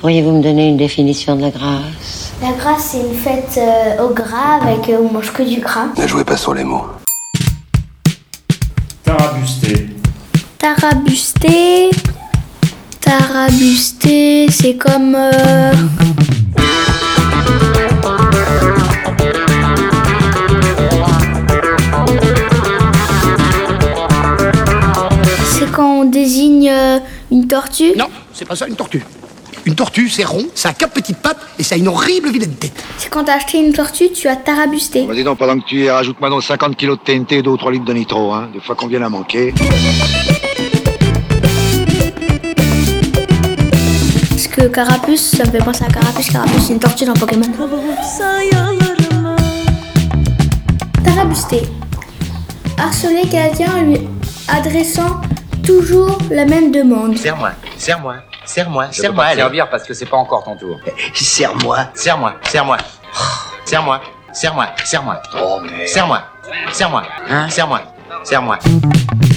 Pourriez-vous me donner une définition de la grâce La grâce, c'est une fête euh, au gras avec euh, on mange que du gras. Ne jouez pas sur les mots. Tarabusté. Tarabusté. Tarabusté, c'est comme. euh, C'est quand on désigne euh, une tortue Non, c'est pas ça une tortue. Une tortue, c'est rond, ça a quatre petites pattes et ça a une horrible vilaine tête. C'est quand t'as acheté une tortue, tu as tarabusté. Vas-y donc, pendant que tu y es, rajoute-moi donc 50 kilos de TNT et 2 ou 3 litres de nitro, hein, des fois qu'on vienne à manquer. Parce que carapuce, ça me fait penser à carapuce. Carapuce, c'est une tortue dans Pokémon. Tarabusté. Harceler quelqu'un en lui adressant toujours la même demande. Serre-moi, serre-moi, serre-moi, serre-moi. alors. servir parce que c'est pas encore ton tour. Serre-moi. Serre-moi, serre-moi. Serre-moi, serre-moi, serre-moi. Oh merde. Hein? Serre-moi, serre-moi, serre-moi, serre-moi.